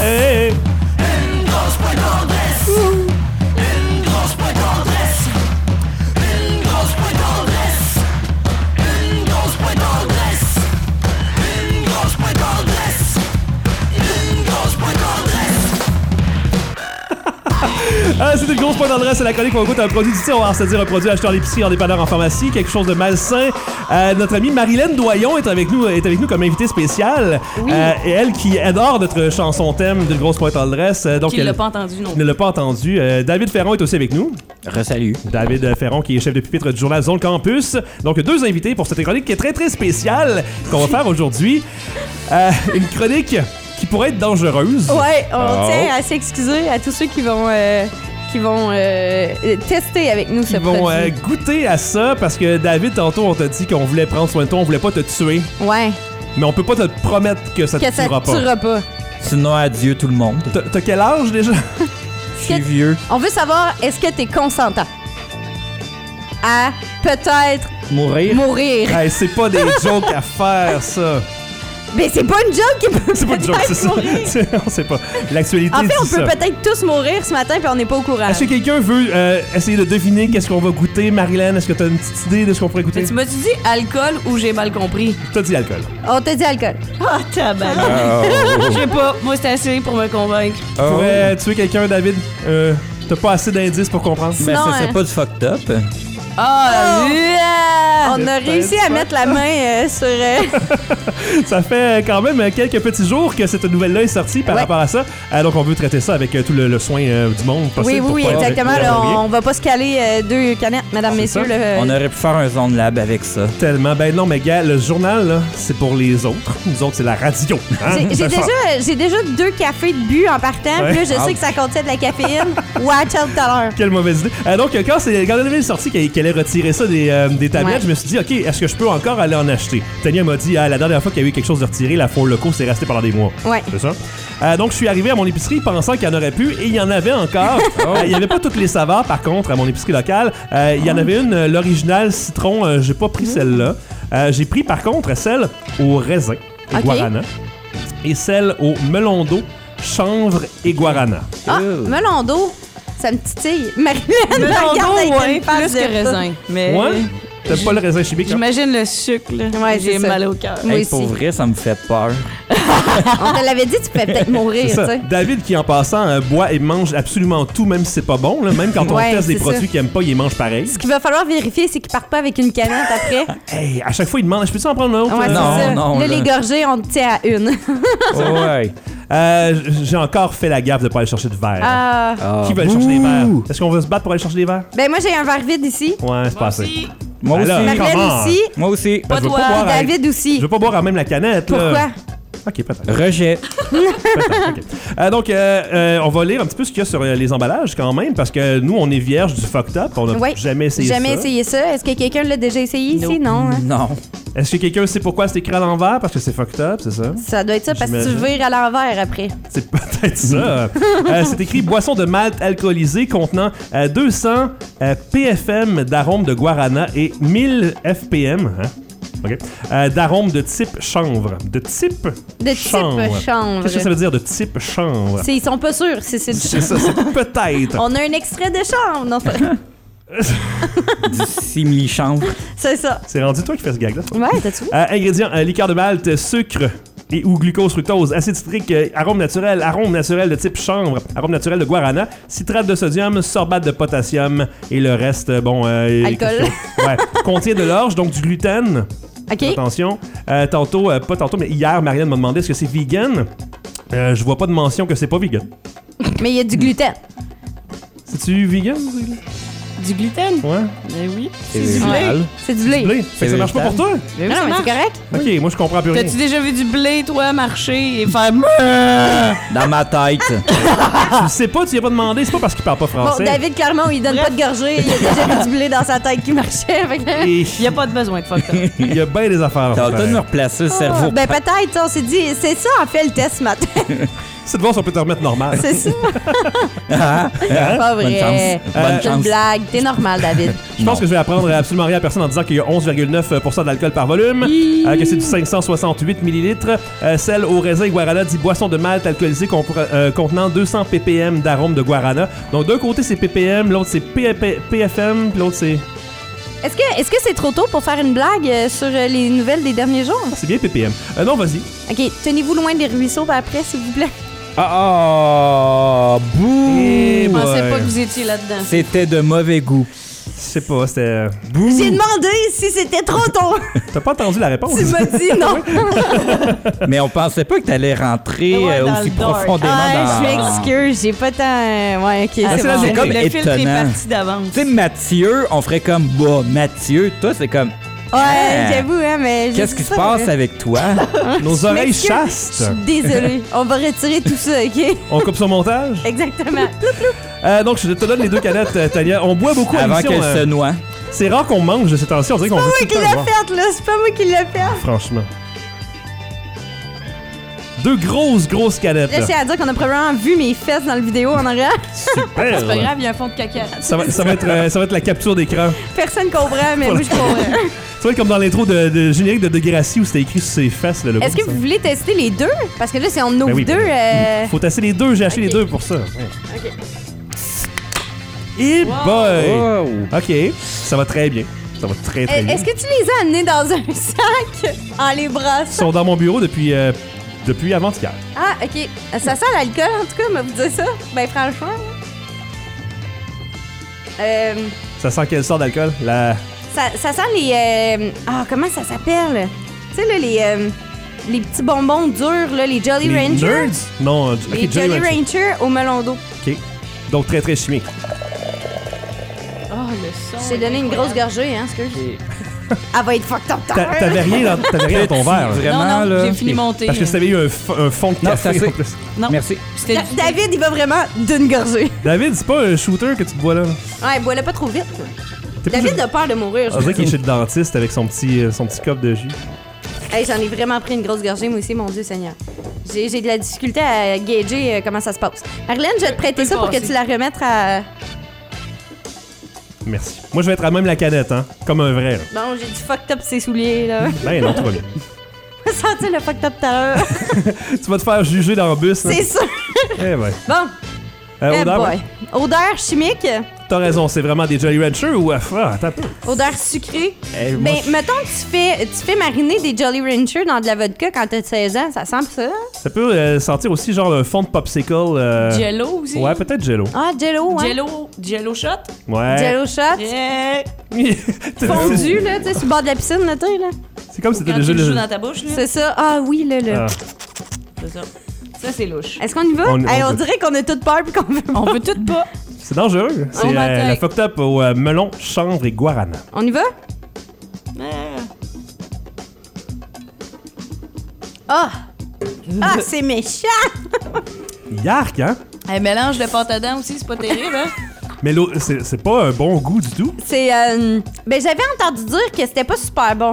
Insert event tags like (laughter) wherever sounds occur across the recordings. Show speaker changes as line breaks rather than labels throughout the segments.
Eh, Euh, C'était le gros point dans le reste, c'est la chronique où on goûte un produit du tiroir, c'est-à-dire un produit acheté en épicerie, en dépanneur, en pharmacie, quelque chose de malsain. Euh, notre amie Marilyn Doyon est avec nous, est avec nous comme invitée spéciale. Euh, et elle qui adore notre chanson thème de grosse pointe dans le reste. euh, donc
Qu'il
elle
l'a pas entendu non
ne
plus.
l'a pas entendu. Euh, David Ferron est aussi avec nous.
Resalut.
David Ferron, qui est chef de pupitre du journal Zone Campus. Donc, deux invités pour cette chronique qui est très, très spéciale qu'on va faire aujourd'hui. Euh, une chronique qui pourrait être dangereuse.
Ouais, on
Oh.
tient à s'excuser à tous ceux qui vont, euh, qui vont euh, euh, tester avec nous ce
Ils vont euh,
produit.
goûter à ça parce que David, tantôt, on t'a dit qu'on voulait prendre soin de toi, on voulait pas te tuer,
Ouais,
mais on peut pas te promettre que ça
que
te
ça
tuera
ne
pas.
tuera pas.
Sinon, adieu tout le monde.
T'as- T'as quel âge déjà?
Je suis vieux.
On veut savoir, est-ce que t'es consentant à peut-être
Mourir.
mourir?
Hey, c'est pas des jokes à faire, ça.
Mais c'est pas une joke qui peut
C'est pas des jokes, c'est
peut-être
ça.
mourir.
(laughs) C'est- on sait pas. L'actualité
En fait, on
dit ça.
peut peut-être tous mourir ce matin puis on n'est pas au courant.
Est-ce que quelqu'un veut euh, essayer de deviner qu'est-ce qu'on va goûter, Marilyn? Est-ce que t'as une petite idée de ce qu'on pourrait goûter?
Mais tu m'as-tu dit alcool ou j'ai mal compris?
T'as dit alcool.
On te dit alcool.
Ah, tabarnak. Je sais pas. Moi, c'est assez pour me convaincre.
Tu
Euh,
pourrais tuer quelqu'un, David? Euh, t'as pas assez d'indices pour comprendre?
Mais
Non,
ça,
hein.
euh,
c'est pas du fucked up.
Ah, lui.
Yeah! Oh! On a
Peut-être
réussi
pas.
à mettre la main euh, sur. euh,
Ça fait euh, quand même euh, quelques petits jours que cette nouvelle-là est sortie par
Ouais.
rapport à ça. Euh, donc, on veut traiter ça avec euh, tout le, le soin euh, du monde
Oui,
possible.
oui,
pour
oui,
pas être-
exactement.
pour
là,
pas
on,
oublier.
on va pas se caler euh, deux canettes, mesdames,
Ah, C'est
messieurs.
ça.
là.
On aurait pu faire un zone lab avec ça.
Tellement. Ben non, mais gars, le journal, là, c'est pour les autres. Nous autres, c'est la radio. (laughs) hein?
J'ai j'ai
Ça
déjà,
sort.
j'ai déjà deux cafés de bu en
Ouais.
partant.
Ah
Puis là, je sais que ça contient de
(laughs)
la caféine. Watch out tout à l'heure.
Quelle mauvaise idée. Euh, donc, euh, quand, c'est- quand la nouvelle est sortie, qu'elle qu'elle ait retiré ça des, euh, des tablettes,
Ouais.
je me suis dit, OK, est-ce que je peux encore aller en acheter? Tania m'a dit, ah, la dernière fois qu'il y a eu quelque chose de retiré, la four loco, c'est resté pendant des mois.
Ouais.
C'est ça. Euh, donc, je suis arrivé à mon épicerie pensant qu'il y en aurait plus et il y en avait
(laughs)
encore.
Oh.
Euh, Il y avait pas toutes les saveurs, par contre, à mon épicerie locale. Euh, Il y en
Ah.
avait une, euh, l'original citron. euh, J'ai pas pris
Mhm.
celle-là. Euh, J'ai pris, par contre, celle au raisin et
Ok.
guarana et celle au melon d'eau, chanvre et guarana.
Ah,
Ew.
melon d'eau, ça me titille. Marilyn, me
Melon
regarde
d'eau,
avec
ouais,
une face
plus
de
que raisin.
Eh.
Mais
Ouais? T'as pas le raisin chimique? hein?
j'imagine le sucre, là.
Ouais, c'est
J'ai
ça.
mal au cœur.
Moi
Hey, pour
aussi.
vrai, ça me fait
(laughs)
peur.
On te l'avait dit, tu pouvais
(laughs)
peut-être mourir, tu
C'est ça.
sais.
David qui en passant euh, boit et mange absolument tout même si c'est pas bon là. même quand on
Ouais,
teste des
c'est
produits
ça.
qu'il aime pas il les mange pareil.
Ce qu'il va falloir vérifier, c'est qu'ils partent pas avec une canette
(laughs)
après.
Hey, à chaque fois il demande je peux tu en prendre un autre
Ouais, c'est
Euh,
Non,
ça.
non,
là,
là.
les gorgées, on te tient
(laughs)
à une.
ouais.
euh, j'ai encore fait la gaffe de pas aller chercher de verre.
Ah.
Ah.
Qui veut aller chercher des
Ouh.
verres Est-ce qu'on va se battre pour aller chercher des verres
Ben, moi, j'ai un verre vide ici.
Ouais, c'est pas assez.
Aussi,
Moi aussi.
Alors,
Marilyn
comment?
aussi.
Moi aussi.
Ben, je veux
toi,
pas boire à-
David aussi.
Je veux pas boire à même la canette. là.
Pourquoi?
Ok, peut-être.
Rejet.
Euh, donc, euh, euh, on va lire un petit peu ce qu'il y a sur euh, les emballages quand même, parce que nous, on est vierge du fucked up. On n'a
Ouais.
jamais essayé
Jamais
ça.
essayé ça. Est-ce que quelqu'un l'a déjà essayé ici?
Non.
Non. hein?
Non.
Est-ce que quelqu'un sait pourquoi c'est écrit à l'envers? Parce que c'est fucked up, c'est ça?
Ça doit être ça parce que tu
J'imagine.
vires à l'envers après.
C'est peut-être ça. Euh, c'est écrit boisson de malt alcoolisée contenant euh, 200 euh, PFM d'arôme de guarana et 1000 FPM hein? OK. euh, d'arôme de type chanvre. De type
De type chanvre.
Qu'est-ce que ça veut dire de type chanvre?
C'est- Ils sont pas sûrs si c'est du
C'est ça, c'est peut-être.
(laughs) On a un extrait de chambre. Non,
(laughs)
c'est-
Du simili-chambre.
c'est ça.
C'est rendu toi qui fais ce gag-là. toi.
Ouais, t'as-tu vu?
Euh, ingrédients euh, liqueur de malt, sucre et ou glucose, fructose, acide citrique, euh, arôme naturel, arôme naturel de type chanvre, arôme naturel de guarana, citrate de sodium, sorbate de potassium et le reste, euh, bon... euh,
Alcool.
Ouais.
(laughs)
Contient de l'orge, donc du gluten.
OK.
Attention. Euh, tantôt, euh, pas tantôt, mais hier, Marianne m'a demandé est-ce que c'est vegan. Euh, je vois pas de mention que c'est pas vegan.
Mais il y a du gluten.
C'est-tu vegan?
Du gluten.
Ouais.
Ben oui.
C'est
du
végétal.
blé.
C'est du blé.
Blé. Fait que ça marche pas pour toi?
Ben oui,
Non,
ça
mais c'est
marche.
correct.
Ok, moi je comprends plus rien.
T'as-tu déjà vu du blé, toi, marcher et faire.
Dans ma tête.
Tu sais pas, tu y as pas demandé, Ah, c'est pas parce qu'il parle pas
Bon,
français.
David, clairement, il donne pas de gorgée. Il a déjà vu du blé dans sa tête qui marchait. (laughs) Fait que-
Et
Il a pas de besoin de fuck up.
(laughs) il y a bien des affaires. à
T'as le
faire.
temps de me replacer
Oh,
le cerveau.
Ben peut-être, on s'est dit, c'est ça en fait le test ce matin, (laughs)
C'est de voir si on peut te remettre normal.
c'est ça.
Ah, ah.
hein?
Pas
Bonne
vrai.
chance.
C'est
Bonne
une
Euh,
chance.
blague, t'es normal David.
Je pense que je vais apprendre absolument rien à personne en disant qu'il y a 11,9% d'alcool par volume, euh, que c'est du 568 millilitres. Euh, celle au raisin et guarana dit boisson de malt alcoolisée compre- euh, contenant 200 ppm d'arôme de guarana. Donc d'un côté c'est ppm, l'autre c'est PP pfm, puis l'autre c'est
Est-ce que est-ce que c'est trop tôt pour faire une blague euh, sur euh, les
ah,
nouvelles des derniers jours?
c'est bien ppm. Euh, non vas-y.
Ok, tenez-vous loin des ruisseaux par après, s'il vous plaît.
Ah, ah, bouh!
Eh
Je pensais
boy.
pas que vous étiez là-dedans.
C'était de mauvais goût.
Je sais pas, c'était. Bouh.
(laughs) J'ai demandé si c'était trop tôt.
T'as pas entendu la réponse?
(laughs) tu m'as (laughs) dit non.
Mais on pensait pas que t'allais rentrer
Ouais,
euh,
dans
aussi
le dark.
profondément
Ah,
dans...
je m'excuse, j'ai pas tant. euh, Ouais, ok,
Ah,
c'est
là,
bon.
c'est
comme
le filtre est
étonnant.
parti d'avance.
Tu sais, Mathieu, on ferait comme, bah, Mathieu, toi, c'est comme,
Ouais, j'avoue, hein, mais. j'ai
qu'est-ce
dit
qui se
ça,
passe
mais-
avec (laughs) toi?
Nos oreilles
m'excuse.
chastes.
Je suis désolée. On va retirer tout ça, ok?
On coupe son montage.
(laughs) Exactement.
Euh, donc, je te donne les deux canettes, euh, Tania. On boit beaucoup à
Avant
l'émission,
qu'elle
euh,
se noie.
C'est rare qu'on mange de ces temps-ci. On dirait qu'on veut tout le
C'est moi qui
temps le
l'a
voir,
faite, là. C'est pas moi qui l'a faite.
franchement. Deux grosses, grosses canettes.
Là, c'est à dire qu'on a probablement vu mes fesses dans la vidéo en arrière. (laughs)
Super.
C'est pas grave, il y a un fond de caca.
Ça va, ça va être, euh, ça va être la capture d'écran.
Personne comprend, mais moi, je comprends.
Ça va être comme dans l'intro de, de générique de Degrassi où c'était écrit sur ses fesses. Là, le
Est-ce
gros,
que
ça.
vous voulez tester les deux? Parce que là, si on ouvre
Ben oui,
deux.
ben oui.
euh,
Faut tasser les deux, j'ai acheté les
Ok.
deux pour ça.
Ok.
Et boy!
Wow.
Ok, ça va très bien. Ça va très très bien.
Eh, Est-ce que tu les as amenés dans un sac en les
Ils
brassant?
sont dans mon bureau depuis, euh, depuis avant-hier.
Ah, ok. Ça sent l'alcool, en tout cas, mais vous dire ça. Ben, franchement. Euh,
Ça sent quel sort d'alcool? La...
ça, ça sent les. euh, Ah, comment ça s'appelle? Tu sais, là, les, euh, les petits bonbons durs, là, les Jolly
les
Ranchers.
Nerds? Non, euh, ok,
Les Jolly Ranchers au melon d'eau.
Ok. Donc très très chimique.
Oh, le son.
Je t'ai donné une grosse gorgée, hein, excuse. (laughs) Elle va être fucked up, hein?
T'a- T'avais rien, dans- t'avais rien dans ton verre. là.
Vraiment,
non, non,
là.
j'ai fini mon thé.
Parce que si t'avais eu un, f- un fond de
Non,
café
ça, c'est-
en plus.
Non,
Merci.
c'était du-
David, il va vraiment d'une gorgée.
David, c'est pas un shooter que tu te bois là.
Ouais, bois-le pas trop vite.
T'es plus-
David euh, a peur de mourir.
On
je
dirait qu'il est chez le dentiste avec son petit, euh, son petit cop de jus.
Hey, J'en ai vraiment pris une grosse gorgée, moi aussi, mon Dieu Seigneur. J'ai j'ai de la difficulté à gager euh, comment ça se passe. Marlène, je vais te prêter
peux
ça pour que
passer.
tu la remettes à.
Merci. Moi, je vais être à même la canette, hein. Comme un vrai. là.
Bon, j'ai du fucked up ses souliers, là. (laughs)
Ben non, tu
(laughs)
vas bien.
On sentir le fucked up tout à l'heure.
Tu vas te faire juger dans le bus. là.
C'est sûr.
Eh ben.
Bon,
Euh,
eh
odeur,
boy.
ouais.
Odeur chimique,
T'as raison, c'est vraiment des Jolly Ranchers ou. Ah, attends. un peu.
odeur sucrée.
Eh, moi,
ben, mettons que tu fais, tu fais mariner des Jolly Ranchers dans de la vodka quand t'as 16 ans, ça sent ça.
Ça peut euh, sentir aussi genre un fond de popsicle. euh,
Jello aussi.
Ouais, peut-être Jello.
Ah, Jello, hein.
Jello, Euh, Jello shot. Eh,
Ouais.
Jello shot.
Yeah.
(laughs) Fondu, là, tu sais, sur le bord de la piscine, là, tu sais, là.
c'est comme si
Quand
c'était
tu
déjà
le joues
le.
dans ta bouche, là.
C'est ça. Ah oui, là, là.
Ah.
C'est ça. Ça, c'est louche.
Est-ce qu'on y va?
On-
On,
on
on
peut.
dirait qu'on a toutes peur puis qu'on veut pas.
On veut tout pas.
C'est dangereux. C'est euh,
m'attaque.
la fucked up au euh, melon, chanvre et guarana.
On y va?
Ah.
Ah! Ah, c'est méchant!
Yark, hein?
Un mélange de pâte à dents aussi, c'est pas terrible, hein?
Mais l'eau- c'est c'est pas un bon goût du tout.
C'est. euh, ben, j'avais entendu dire que c'était pas super bon.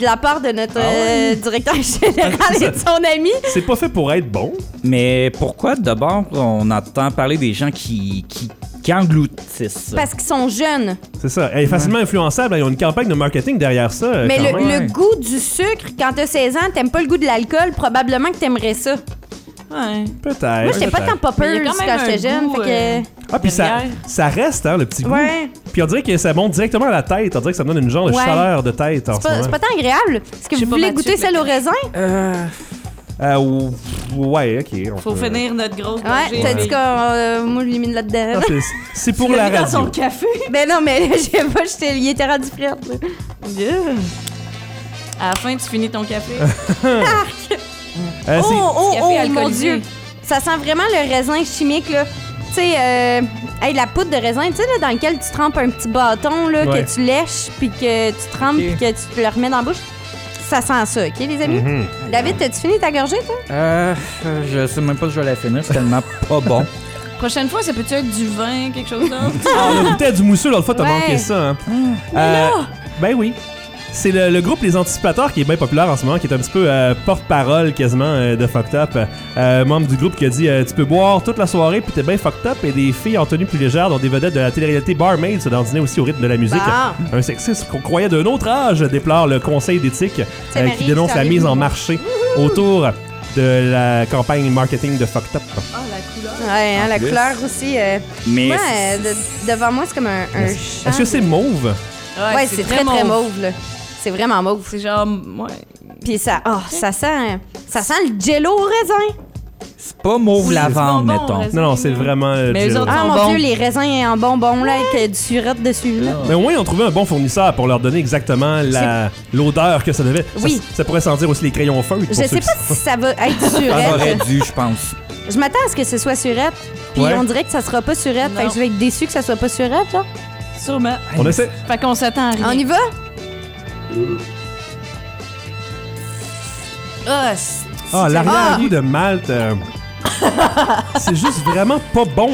De la part de notre euh, directeur général et de son ami.
Ah (laughs) C'est pas fait pour être bon.
Mais pourquoi d'abord on entend parler des gens qui, qui, qui engloutissent ça?
Parce qu'ils sont jeunes.
C'est ça. Elle est facilement influençable. Ils ont une campagne de marketing derrière ça. euh,
Mais
quand
le,
même.
le
ouais.
goût du sucre, quand t'as 16 ans, t'aimes pas le goût de l'alcool, probablement que t'aimerais ça.
Eh
Ouais.
Peut-être.
Moi, j'étais pas tant
peut-être.
popper
Mais il y a
quand,
quand même un
j'étais jeune.
goût, euh,
fait que.
Ah, puis ça,
derrière.
ça reste, hein, le petit goût.
Ouais.
Puis on dirait que ça monte directement à la tête. On dirait que ça me donne une genre de
Ouais.
chaleur de tête en
C'est
ce
pas, c'est
moment.
pas tant agréable. Est-ce que
Je sais
vous
pas,
voulez
Mathieu,
goûter celle au raisin?
Euh, ou- ouais, ok. on
Faut
peut-
finir notre grosse gorgée.
Ouais, t'as dit qu'on. euh, moi, je l'ai mis là-dedans.
Ah, c'est- C'est
(laughs)
pour
Tu l'as
la
mis dans son
radio.
café.
Ben non, mais (laughs) là, je sais pas, j'étais lié terrain du frère. là.
À la fin, tu finis ton café.
Euh, Ah, c'est-
Oh, oh,
Ah, Café
oh, mon
alcoolisé.
Dieu! Ça sent vraiment le raisin chimique, là. Tu sais, euh, hey, la poudre de raisin, tu sais, là, dans lequel tu trempes un petit bâton, là,
Ouais.
que tu lèches, puis que tu trempes,
Ok.
puis que tu te le remets dans la bouche. Ça sent ça, OK, les amis?
Mhm.
David, t'as-tu fini ta gorgée, toi?
Euh, je sais même pas si je vais la finir, c'est tellement (laughs) pas bon.
Prochaine fois, ça peut-tu être du vin, quelque chose d'autre?
Ah, on a goûté à du mousseux l'autre fois, t'as
Ouais.
manqué ça. Hein. Euh, ben oui. C'est le, le groupe Les Anticipateurs qui est bien populaire en ce moment, qui est un petit peu euh, porte-parole quasiment euh, de Fucked Up. Euh, membre du groupe qui a dit euh, Tu peux boire toute la soirée puis t'es bien Fucked Up. Et des filles en tenue plus légère, dont des vedettes de la télé-réalité Barmaid, se dîner aussi au rythme de la musique.
Bah.
Bah.
Un sexisme qu'on croyait d'un autre âge, déplore le Conseil d'éthique euh,
C'est Marie
qui dénonce
qui
la
arrive
mise
nous
en
voir.
marché autour de la campagne marketing de Fucked Up.
Ouais, hein, la
plus.
couleur aussi. euh,
Mais
moi, euh, de- devant moi, c'est comme un, un champ.
Est-ce que c'est mauve
(laughs) Ouais, c'est très, très
mauve.
mauve, là. C'est vraiment mauve.
C'est genre, ouais.
Puis ça, oh, ça sent, ça sent le jello au raisin.
C'est pas mauve
C'est
lavande,
du bonbon,
mettons.
raisin.
Non, non, c'est vraiment. euh,
Mais
du-
eux autres-
Ah
sont
mon
bons.
dieu, les raisins en bonbon là, avec euh, du surette dessus. Là.
Mais au moins, ils ont trouvé un bon fournisseur pour leur donner exactement la- l'odeur que ça devait. Ça-
Oui.
Ça, pourrait sentir aussi les crayons feu.
Je sais pas si ça va être
Ça aurait
surette.
dû, je pense.
je m'attends à ce que ce soit surette, puis
Ouais.
on dirait que ça sera pas surette. Fait
Non.
que je vais être déçue que ça soit pas surette. Là.
Sûrement.
On essaie.
Fait qu'on s'attend à rien.
On y va?
Ah, c'est-
Ah, l'arrière-goût de Malte.
(laughs)
euh, c'est juste vraiment pas bon.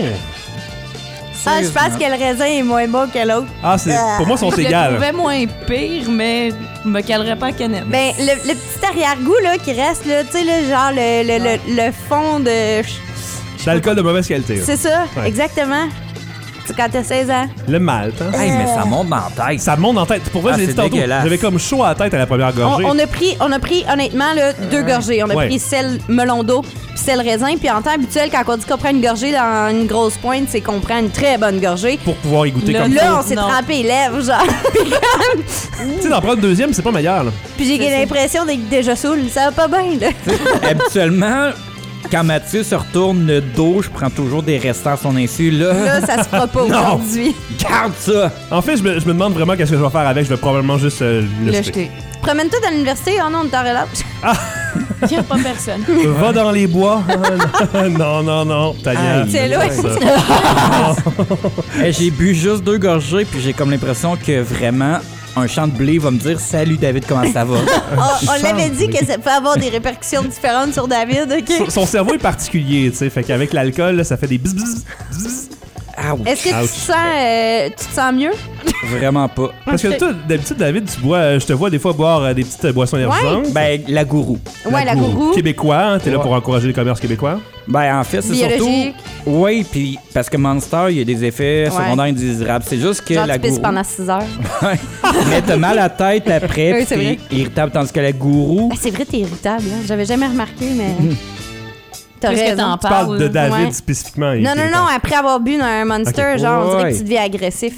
Ah, je pense que le raisin est moins bon que l'autre.
Ah, c'est
Euh,
pour moi, sont
Je le
égales.
trouvais moins pire, mais je me calerais pas à Canem.
Ben, le, le petit arrière-goût là, qui reste, là, tu sais, là, genre le, le, le- le fond de.
D'alcool de mauvaise qualité.
C'est ça,
Ouais.
exactement. C'est quand t'as 16 ans.
Le Malte. hein.
Hey, mais ça monte dans la tête.
Ça monte en tête. Pour vrai,
Ah,
j'ai dit
c'est
tantôt,
dégueulasse.
j'avais comme chaud à la tête à la première
On,
gorgée.
Ah, on a pris, on a pris honnêtement là, deux gorgées. On a
Ouais.
pris celle melon d'eau puis celle raisin. Puis en temps habituel, quand on dit qu'on prend une gorgée dans une grosse pointe, c'est qu'on prend une très bonne gorgée.
Pour pouvoir y goûter
Le-
comme
Là,
Non.
on s'est trempé les lèvres, genre.
Tu sais, d'en prendre deuxième, c'est pas meilleur. Là.
Puis j'ai l'impression d'être déjà saoul. Ça va pas bien, là.
Habituellement, quand Mathieu se retourne le dos, je prends toujours des restants à son insu. Là,
Là, ça se fera pas aujourd'hui.
garde ça!
En fait, je me, je me demande vraiment qu'est-ce que je vais faire avec. Je vais probablement juste euh, le,
le
jeter.
jeter.
Promène-toi dans l'université. Oh non, on t'en relâche.
Il n'y a pas
(laughs)
personne.
Va dans les bois. (laughs) non, non, non. Tania.
Aïe.
Ah, C'est là.
ça.
Hey, J'ai bu juste deux gorgées, puis j'ai comme l'impression que vraiment, un champ de blé va me dire Salut David, comment
(laughs)
ça va?
Oh, On, on
Sans
l'avait dit
bruit.
que ça peut avoir des répercussions différentes sur David, OK?
Son- Son cerveau est particulier, tu sais. Fait qu'avec l'alcool, là, ça fait des bzz, bzz, bzz, bzz.
Ouch.
Est-ce que tu
Ouch.
te, sens, euh, tu te sens mieux?
Vraiment pas.
Parce que toi, d'habitude, David, tu bois, euh, je te vois des fois boire euh, des petites euh, boissons énergisantes.
Ben, la gourou.
Ouais, la gourou.
Québécois, hein, t'es là
Ouais.
pour encourager le commerce québécois.
Ben, en fait, c'est surtout.
Biologique.
Oui, puis parce que Monster, il y a des effets secondaires indésirables. C'est juste que
Genre,
la
tu pisses
gourou.
pendant 6 heures. (laughs)
Mais t'as mal à la tête après,
Oui,
puis
c'est
t'es
vrai.
irritable. Tandis que la gourou.
Ah, c'est vrai, t'es irritable. hein. J'avais jamais remarqué, mais.
Hmm.
T'as
Qu'est-ce que
raison.
t'en
Tu parles
parles?
de David
Ouais.
spécifiquement. il
Non,
était
non, non, après avoir bu dans un monster,
Ok.
genre, on dirait
Ouais.
que tu deviens agressif.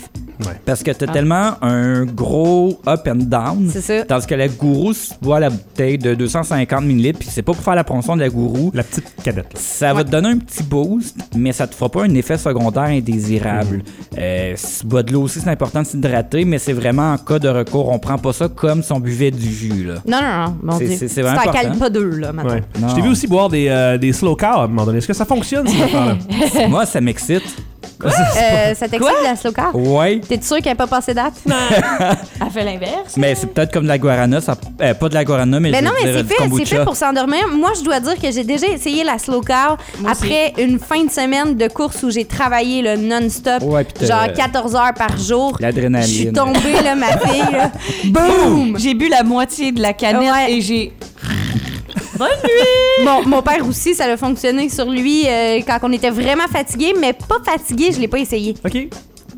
Parce que t'as tellement un gros up and down.
Ah. C'est ça.
Tandis que la gourou, si tu bois la bouteille de 250 ml, puis c'est pas pour faire la ponçon de la gourou.
La petite cadette. là.
Ça va te donner un petit boost, mais ça te fera pas un effet secondaire indésirable. Euh, si tu bois de l'eau aussi, c'est important de s'hydrater, mais c'est vraiment en cas de recours. On prend pas ça comme si on buvait du jus,
(laughs)
là.
Non, non, non, mon
C'est-
Dieu.
c'est-
Tu
c'est vraiment
t'en
important. hein.
cales pas deux, là, maintenant.
Ouais.
Non.
Je t'ai vu aussi boire des, euh, des slow cow à un moment donné. Est-ce que ça fonctionne,
(laughs)
cette affaire-là?
Moi, ça m'excite.
Euh, ça t'excite de la slow carb?
Ouais.
T'es sûr qu'elle n'a pas passé date?
Elle fait l'inverse.
Mais c'est peut-être comme de la guarana, ça, euh, pas de la guarana, mais,
Ben
je
non,
veux
mais
dire
c'est
du
fait, c'est
kombucha.
fait pour s'endormir. Moi, je dois dire que j'ai déjà essayé la slow car après une fin de semaine de course où j'ai travaillé le non-stop,
Ouais, puis t'as-
genre 14 heures par jour. Je
L'adrénaline.
suis tombée, là, ma fille.
(laughs)
là. Boum!
J'ai bu la moitié de la canette
Ouais. (laughs)
et j'ai.
Mon, mon père aussi, ça a fonctionné sur lui euh, quand on était vraiment fatigué, mais pas fatigué, je l'ai pas essayé.
OK.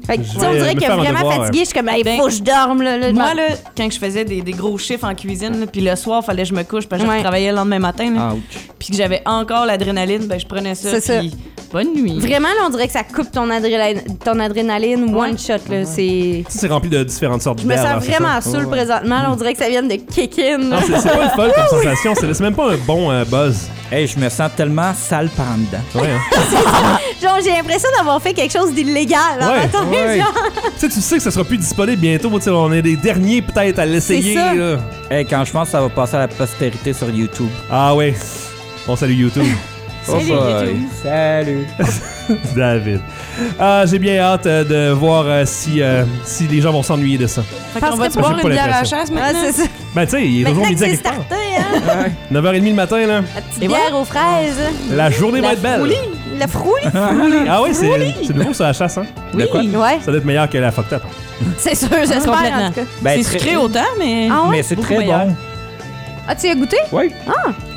Fait que,
Je
tu sais, on
vais
dirait
me
que
faire un
vraiment
devoir,
fatigué, je suis comme, il
Ben,
faut que je dorme. Là, là,
Moi,
genre.
là, quand je faisais des, des gros chiffres en cuisine, là, puis le soir, fallait que je me couche parce que
Ouais.
je travaillais le lendemain matin, là,
Ouch.
puis que j'avais encore l'adrénaline, ben je prenais ça.
C'est ça.
puis Bonne nuit.
Vraiment, là, on dirait que ça coupe ton, adrénaline- ton adrénaline
Ouais.
one shot. Là, c'est...
Ça, c'est rempli de différentes sortes
Je me
d'herbes, hein,
sens
c'est ça? Ah,
vraiment saoul présentement. là, on dirait que ça vient de kick-in. là.
Non, c'est c'est pas une folle comme sensation. C'est c'est même pas un bon euh, buzz.
Hey, je me sens tellement sale par en dedans.
Ouais, hein.
Genre, j'ai l'impression d'avoir fait quelque chose d'illégal. hein,
Ouais,
attends, (laughs)
ouais.
(laughs) genre.
tu sais, tu sais que ça sera plus disponible bientôt. Tu sais, on est les derniers peut-être à l'essayer.
C'est ça.
là.
Hey, quand je pense que ça va passer à la postérité sur YouTube. Oh
Ah ouais. On salue YouTube.
Salut,
boy.
YouTube.
Salut.
David. Ah, j'ai bien hâte euh, de voir euh, si, euh, si les gens vont s'ennuyer de ça.
Fait
Parce
qu'on va
que
te boire
moi, j'ai
une
pas
bière à la
l'impression.
chasse
Ah,
maintenant.
c'est ça.
Ben, tu sais, il est
Maintenant
toujours
que
midi à
c'est
quelque part.
starté, hein,
9h30 le matin, là.
la petite
Et
bière
voilà.
aux fraises. hein.
La journée va
La
être belle.
froulie. La froulie.
(laughs) Ah ouais, c'est c'est nouveau sur la chasse, hein?
oui,
Ouais,
Ça doit être meilleur que la fucked up.
c'est sûr, j'espère en
Complètement.
tout cas.
Ben,
c'est
très-
sucré autant, mais.
Ah ouais?
mais c'est
Beaucoup
très
meilleur.
bon.
Ah, tu y as goûté?
Oui.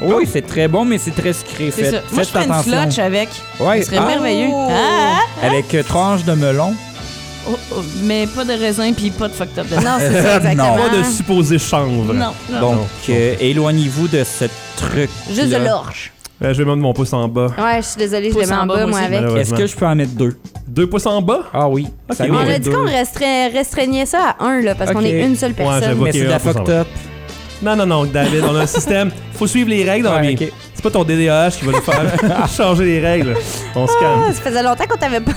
Oui, c'est très bon, mais c'est très sucré.
Ah. C'est
Faites-
ça. Moi,
faites
je ferais une
attention.
slotch avec.
Ouais.
Ce serait
Ah.
merveilleux. Ah, ah.
Avec euh, tranche de melon.
Oh, oh, mais pas de raisin puis pas de fucked up dedans.
Non, Ah, c'est ça, exactement.
Euh, Pas de supposé chanvre.
Non, non.
Donc,
non.
euh, éloignez-vous de ce truc.
Juste de l'orge.
Euh, je vais mettre mon pouce en bas.
Ouais, je suis désolée, je
Pouce
l'ai mis en
en bas,
bas, moi,
moi aussi.
avec.
Malheureusement.
Est-ce que je peux en mettre deux?
Deux pouces en bas?
Ah oui.
Ok,
ça
oui.
On
mérite
a dit
deux.
qu'on restreint- restreignait ça à un, là, parce qu'on
Ok.
est une seule
Ouais,
personne.
j'avoue.
Mais c'est de
Ok,
la
on peut
fucked up.
Non, non, non, David, on a un système. Faut suivre les règles,
Ouais,
Rami.
ok.
C'est pas ton DDAH qui va nous faire changer les règles. On se calme.
Ah, ça faisait longtemps
(laughs)
qu'on t'avait pas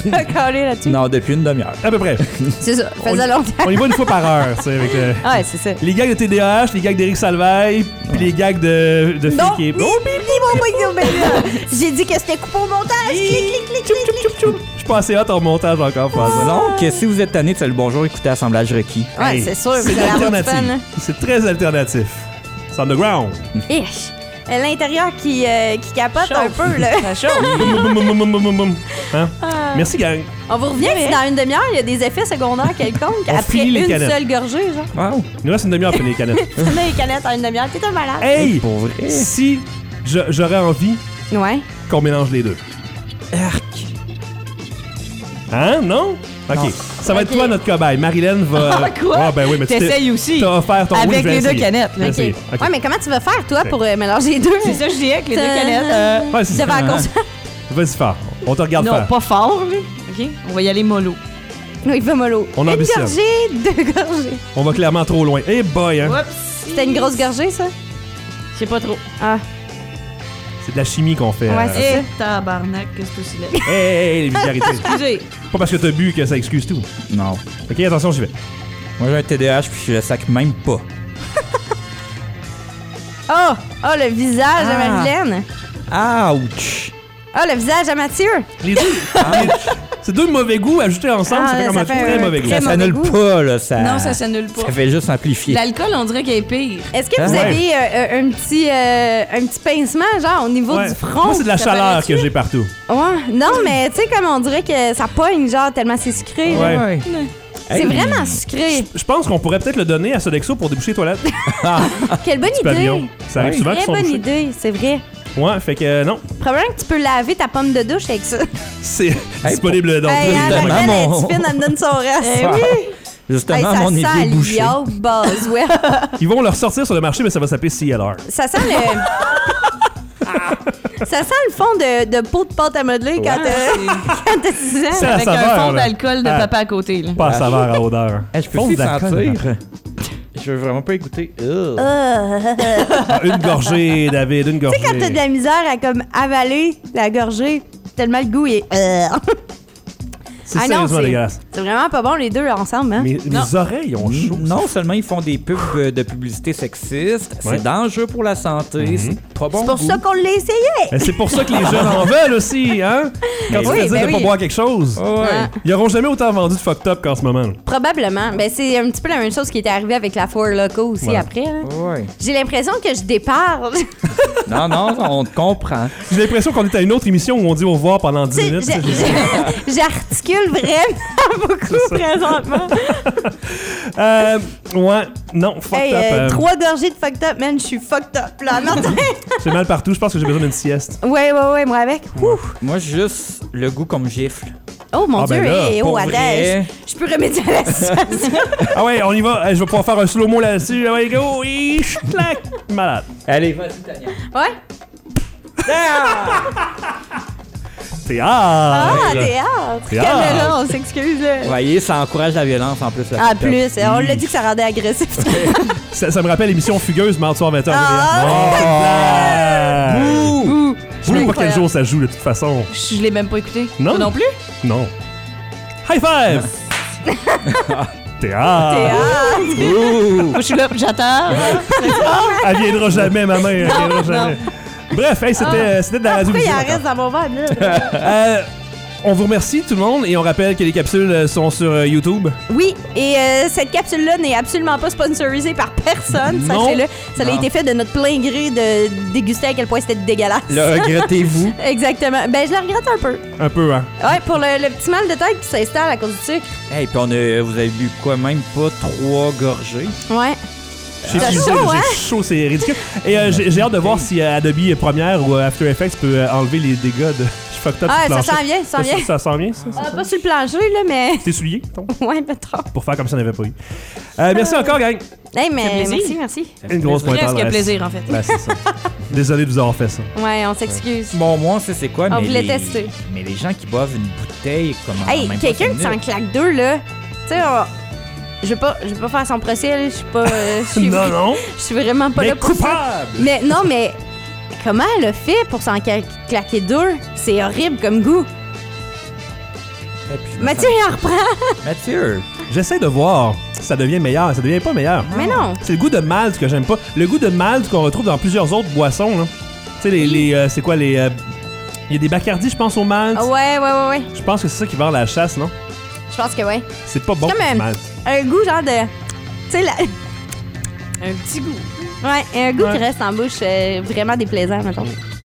collé là-dessus.
Non, depuis une demi-heure.
À peu près.
C'est ça, ça
On
faisait
y-
longtemps.
On y va une fois par heure, tu sais, avec le-
Ouais, c'est ça.
Les gags de TDAH, les gags d'Éric Salvaille, puis les gags de, Oh, de filles
Non,
qui-
bip, bip, bip, mon bip, bip, bip. J'ai dit que c'était coupé au montage. Clic, clic, clic, clic, clic.
Je suis pas assez hot en montage encore, pour
Oh.
ça.
Donc, euh, si vous êtes tanné de le bonjour, écoutez Assemblage requis.
Ouais,
Hey,
c'est sûr, vous
C'est
allez avoir du fun. là.
alternatif. C'est très alternatif. C'est underground.
Ish. Euh, L'intérieur qui, euh, qui capote
Chauffe.
un peu,
(laughs)
là. Ah.
Ça chauffe.
Boum, boum, boum, boum, boum, boum, boum. Hein? Merci, gang.
On vous revient que dans une demi-heure, il y a des effets secondaires quelconques
On
après
finit les
une
canettes.
seule gorgée, genre.
Wow.
Il nous reste une demi-heure pour les canettes.
(laughs) Tu mets les canettes en une demi-heure, t'es un malade.
Hey!
Pour vrai.
Si je- j'aurais envie
Ouais.
qu'on mélange les deux.
Arc.
Hein? Non? OK.
Non.
Ça va être
Ok.
toi, notre cobaye. Marilyn va...
Ah, quoi?
Ah, ben oui, mais tu t'es-
T'essayes aussi.
t'as offert ton oui,
Avec
je vais
les deux
essayer.
canettes,
Je vais
ok.
essayer. OK.
Ouais, mais comment tu vas faire, toi, pour euh, mélanger les deux?
C'est ça, je dis avec les deux
Tadam.
canettes. euh,
Ouais, c'est ça.
Devant la
(laughs)
Ouais.
console.
Vas-y, fort. On te regarde
non,
faire.
pas fort, là. OK? On va y aller mollo.
Non, il va mollo.
On
une
ambitionne.
gorgée, deux gorgées.
On va clairement trop loin. Eh boy, hein?
Oups!
C'était une grosse gorgée, ça?
Je sais pas trop.
Ah,
C'est de la chimie qu'on fait.
Ouais,
euh,
c'est-
Eh, tabarnak, qu'est-ce que c'est là?
Hey, hey, les vulgarités.
(laughs) Excusez.
pas parce que t'as bu que ça excuse tout.
Non.
OK, attention, j'y vais.
Moi, j'ai un TDAH puis je le sac même pas.
Oh! Oh, le visage
Ah.
à Madeleine!
Ouch.
Oh, le visage à Mathieu!
Les deux, les- c'est deux mauvais goûts ajoutés ensemble,
Ah,
ça fait
là,
comme
ça
un
fait
très
un
mauvais goût.
très
Ça s'annule
mauvais goût.
pas, là. Ça,
Non, ça s'annule pas.
Ça Euh, fait juste amplifier.
L'alcool, on dirait qu'il est pire.
Est-ce que
Ah.
vous
Ouais.
avez euh, un, un petit, euh, un petit pincement, genre, au niveau
Ouais.
du front?
Moi, c'est de la
Ça
chaleur
paraît-tu?
que j'ai partout.
Ouais. Non, mais tu sais, comme on dirait que ça pogne, genre, tellement c'est sucré. là.
Ouais.
C'est
Hey.
vraiment sucré.
Je pense qu'on pourrait peut-être le donner à Sodexo pour déboucher les toilettes.
Quelle bonne
Du pavillon.
idée.
Ça arrive
Ouais.
souvent qu'ils
Très
sont
bonne
bouchés.
idée, c'est vrai.
Ouais, fait que euh, non,
Probablement que tu peux laver ta pomme de douche avec ça.
c'est disponible dans
hey, hein,
évidemment,
Madeleine, elle
mon-
est fine, elle me donne son reste. Hey,
Justement,
ça
mon
sent
idée bouchée.
l'iode Boswell.
Ils vont le ressortir sur le marché, mais ça va s'appeler CLR.
Ça sent le... Ça sent le fond de, de pot de pâte à modeler quand euh, quand t'as 6 ans.
C'est la
Avec un
saveur.
fond
là.
d'alcool de
Ah.
papa à côté, là.
Pas à saveur, à odeur.
Hey, je peux
Fonte
aussi
d'alcool.
sentir. Euh, Je veux vraiment pas écouter. Ugh.
Ah, Une gorgée, David, une gorgée.
Tu sais, quand t'as de la misère à comme avaler la gorgée, tellement le goût est. Euh.
C'est
Ah non,
sérieusement
c'est-
dégueulasse.
C'est vraiment pas bon les deux ensemble, hein?
Mes, mes
Non.
oreilles ont chaud.
Non, seulement ils font des pubs euh, de publicité sexiste.
Ouais.
C'est dangereux pour la santé. C'est pas bon.
C'est pour
goût.
ça qu'on l'a essayé!
Ben, C'est pour ça que les jeunes en veulent aussi, hein? Quand tu
Oui,
vas dire
ben
de pas
oui.
boire quelque chose,
Ouais.
Ah.
ils auront jamais autant vendu de fucked up qu'en ce moment. là.
Probablement. Ben, c'est un petit peu la même chose qui était arrivée avec la Four Loco aussi
Ouais.
après. là.
Ouais.
J'ai l'impression que je déparle.
Non, non, on te comprend.
J'ai l'impression qu'on est à une autre émission où on dit au revoir pendant 10
Tu sais,
minutes.
j'ai- j'ai- (laughs) J'articule vraiment (laughs) beaucoup présentement.
Euh, ouais, non, fucked
Hey,
up.
euh,
euh,
trois gorgées de fucked up, man, je suis fucked up là. Martin.
J'ai mal partout, je pense que j'ai besoin d'une sieste.
(laughs) ouais, ouais, ouais, moi avec. Ouh.
Moi, juste le goût comme gifle.
Oh mon
Ah, ben
dieu,
là,
hey, oh,
pour
attends,
vrai.
je- je peux remédier à la (laughs) situation.
Ah ouais, on y va. Eh, Je vais pouvoir faire un slow-mo là-dessus. Ah ouais, go, et clac. Malade.
Allez, vas-y, Tania.
ouais?
T'es
Ah,
ah!
théâtre!
Théâtre.
Caméra, on s'excuse. là.
Voyez, ça encourage la violence en plus. la
Ah,
TikTok.
plus, on l'a dit que ça rendait agressif. (laughs)
Ça, ça me rappelle l'émission Fugueuse, mardi soir 20h.
Ah!
Oh, Je sais même pas
Incroyable.
quel jour ça joue de toute façon.
Je l'ai même pas écouté.
Non.
Toi non plus?
Non. High
(laughs)
five! T'es ah!
Moi, je suis là, j'attends.
Elle viendra jamais, ma main, elle viendra jamais. Bref, hey, c'était euh, c'était de la radio.
Pourquoi Ah. il en
Vision.
reste dans mon verre? (laughs) là?
Euh, on vous remercie tout le monde et on rappelle que les capsules euh, sont sur euh, YouTube.
Oui, et euh, cette capsule-là n'est absolument pas sponsorisée par personne,
Non.
sachez-le. Ça a
Non.
été fait de notre plein gré de déguster à quel point c'était dégueulasse. (laughs)
Le regrettez-vous.
Exactement. Ben, je la regrette un peu.
Un peu, hein.
Ouais, pour le, le petit mal de tête qui s'installe à cause du sucre.
hey, puis on a, vous avez bu quoi, même pas trois gorgées?
Ouais.
J'ai
T'as
frisé,
chaud,
j'ai
hein?
chaud, c'est ridicule. Et euh, j'ai j'ai hâte de voir si euh, Adobe Premiere ou euh, After Effects peut euh, enlever les dégâts de. (laughs) Je fucked up
Ah,
du
ça
plancher.
s'en vient, ça s'en vient.
Ça, ça sent bien, ça. ça?
Ah, pas sur le plancher, là, mais. (laughs)
T'es souillé, ton?
Ouais, mais trop.
Pour faire comme ça, on n'avait pas eu. Euh, merci
Ah.
encore, gang.
Hey, mais.
plaisir.
Merci, merci.
Une grosse pointe
Presque plaisir, en fait.
Ben, c'est ça. (laughs) Désolé de vous avoir fait ça.
Ouais, on s'excuse.
Bon, moi, on sait c'est quoi,
On
mais.
voulait
les,
tester.
Mais les gens qui boivent une bouteille, comme en
Hey,
même pas
quelqu'un
cinq
qui s'en
minutes.
claque deux, là. Tu sais, on- je vais pas, je vais pas faire son procès, là. Je suis pas. euh, je suis-
(laughs) Non, non.
Je suis vraiment pas
Mais
là pour ça.
coupable!
Mais non, mais Comment elle a fait pour s'en cla- claquer deux? C'est horrible comme goût.
Et Eh, puis,
Mathieu, il en reprend.
Mathieu.
J'essaie de voir. Ça devient meilleur, ça devient pas meilleur.
Mais non.
C'est le goût de malt que j'aime pas. Le goût de malt qu'on retrouve dans plusieurs autres boissons. là. Tu sais, les. les, euh, c'est quoi les. euh, Il y a des bacardis, je pense, au malt.
Ah Ouais, ouais, ouais, ouais.
Je pense que c'est ça qui vend la chasse, non?
Je pense que ouais.
C'est pas bon
comme
le
un-
malt.
Un goût genre de. Tu sais, la-
Un petit goût.
ouais, un goût
Ouais.
qui reste en bouche euh, vraiment déplaisant, maintenant.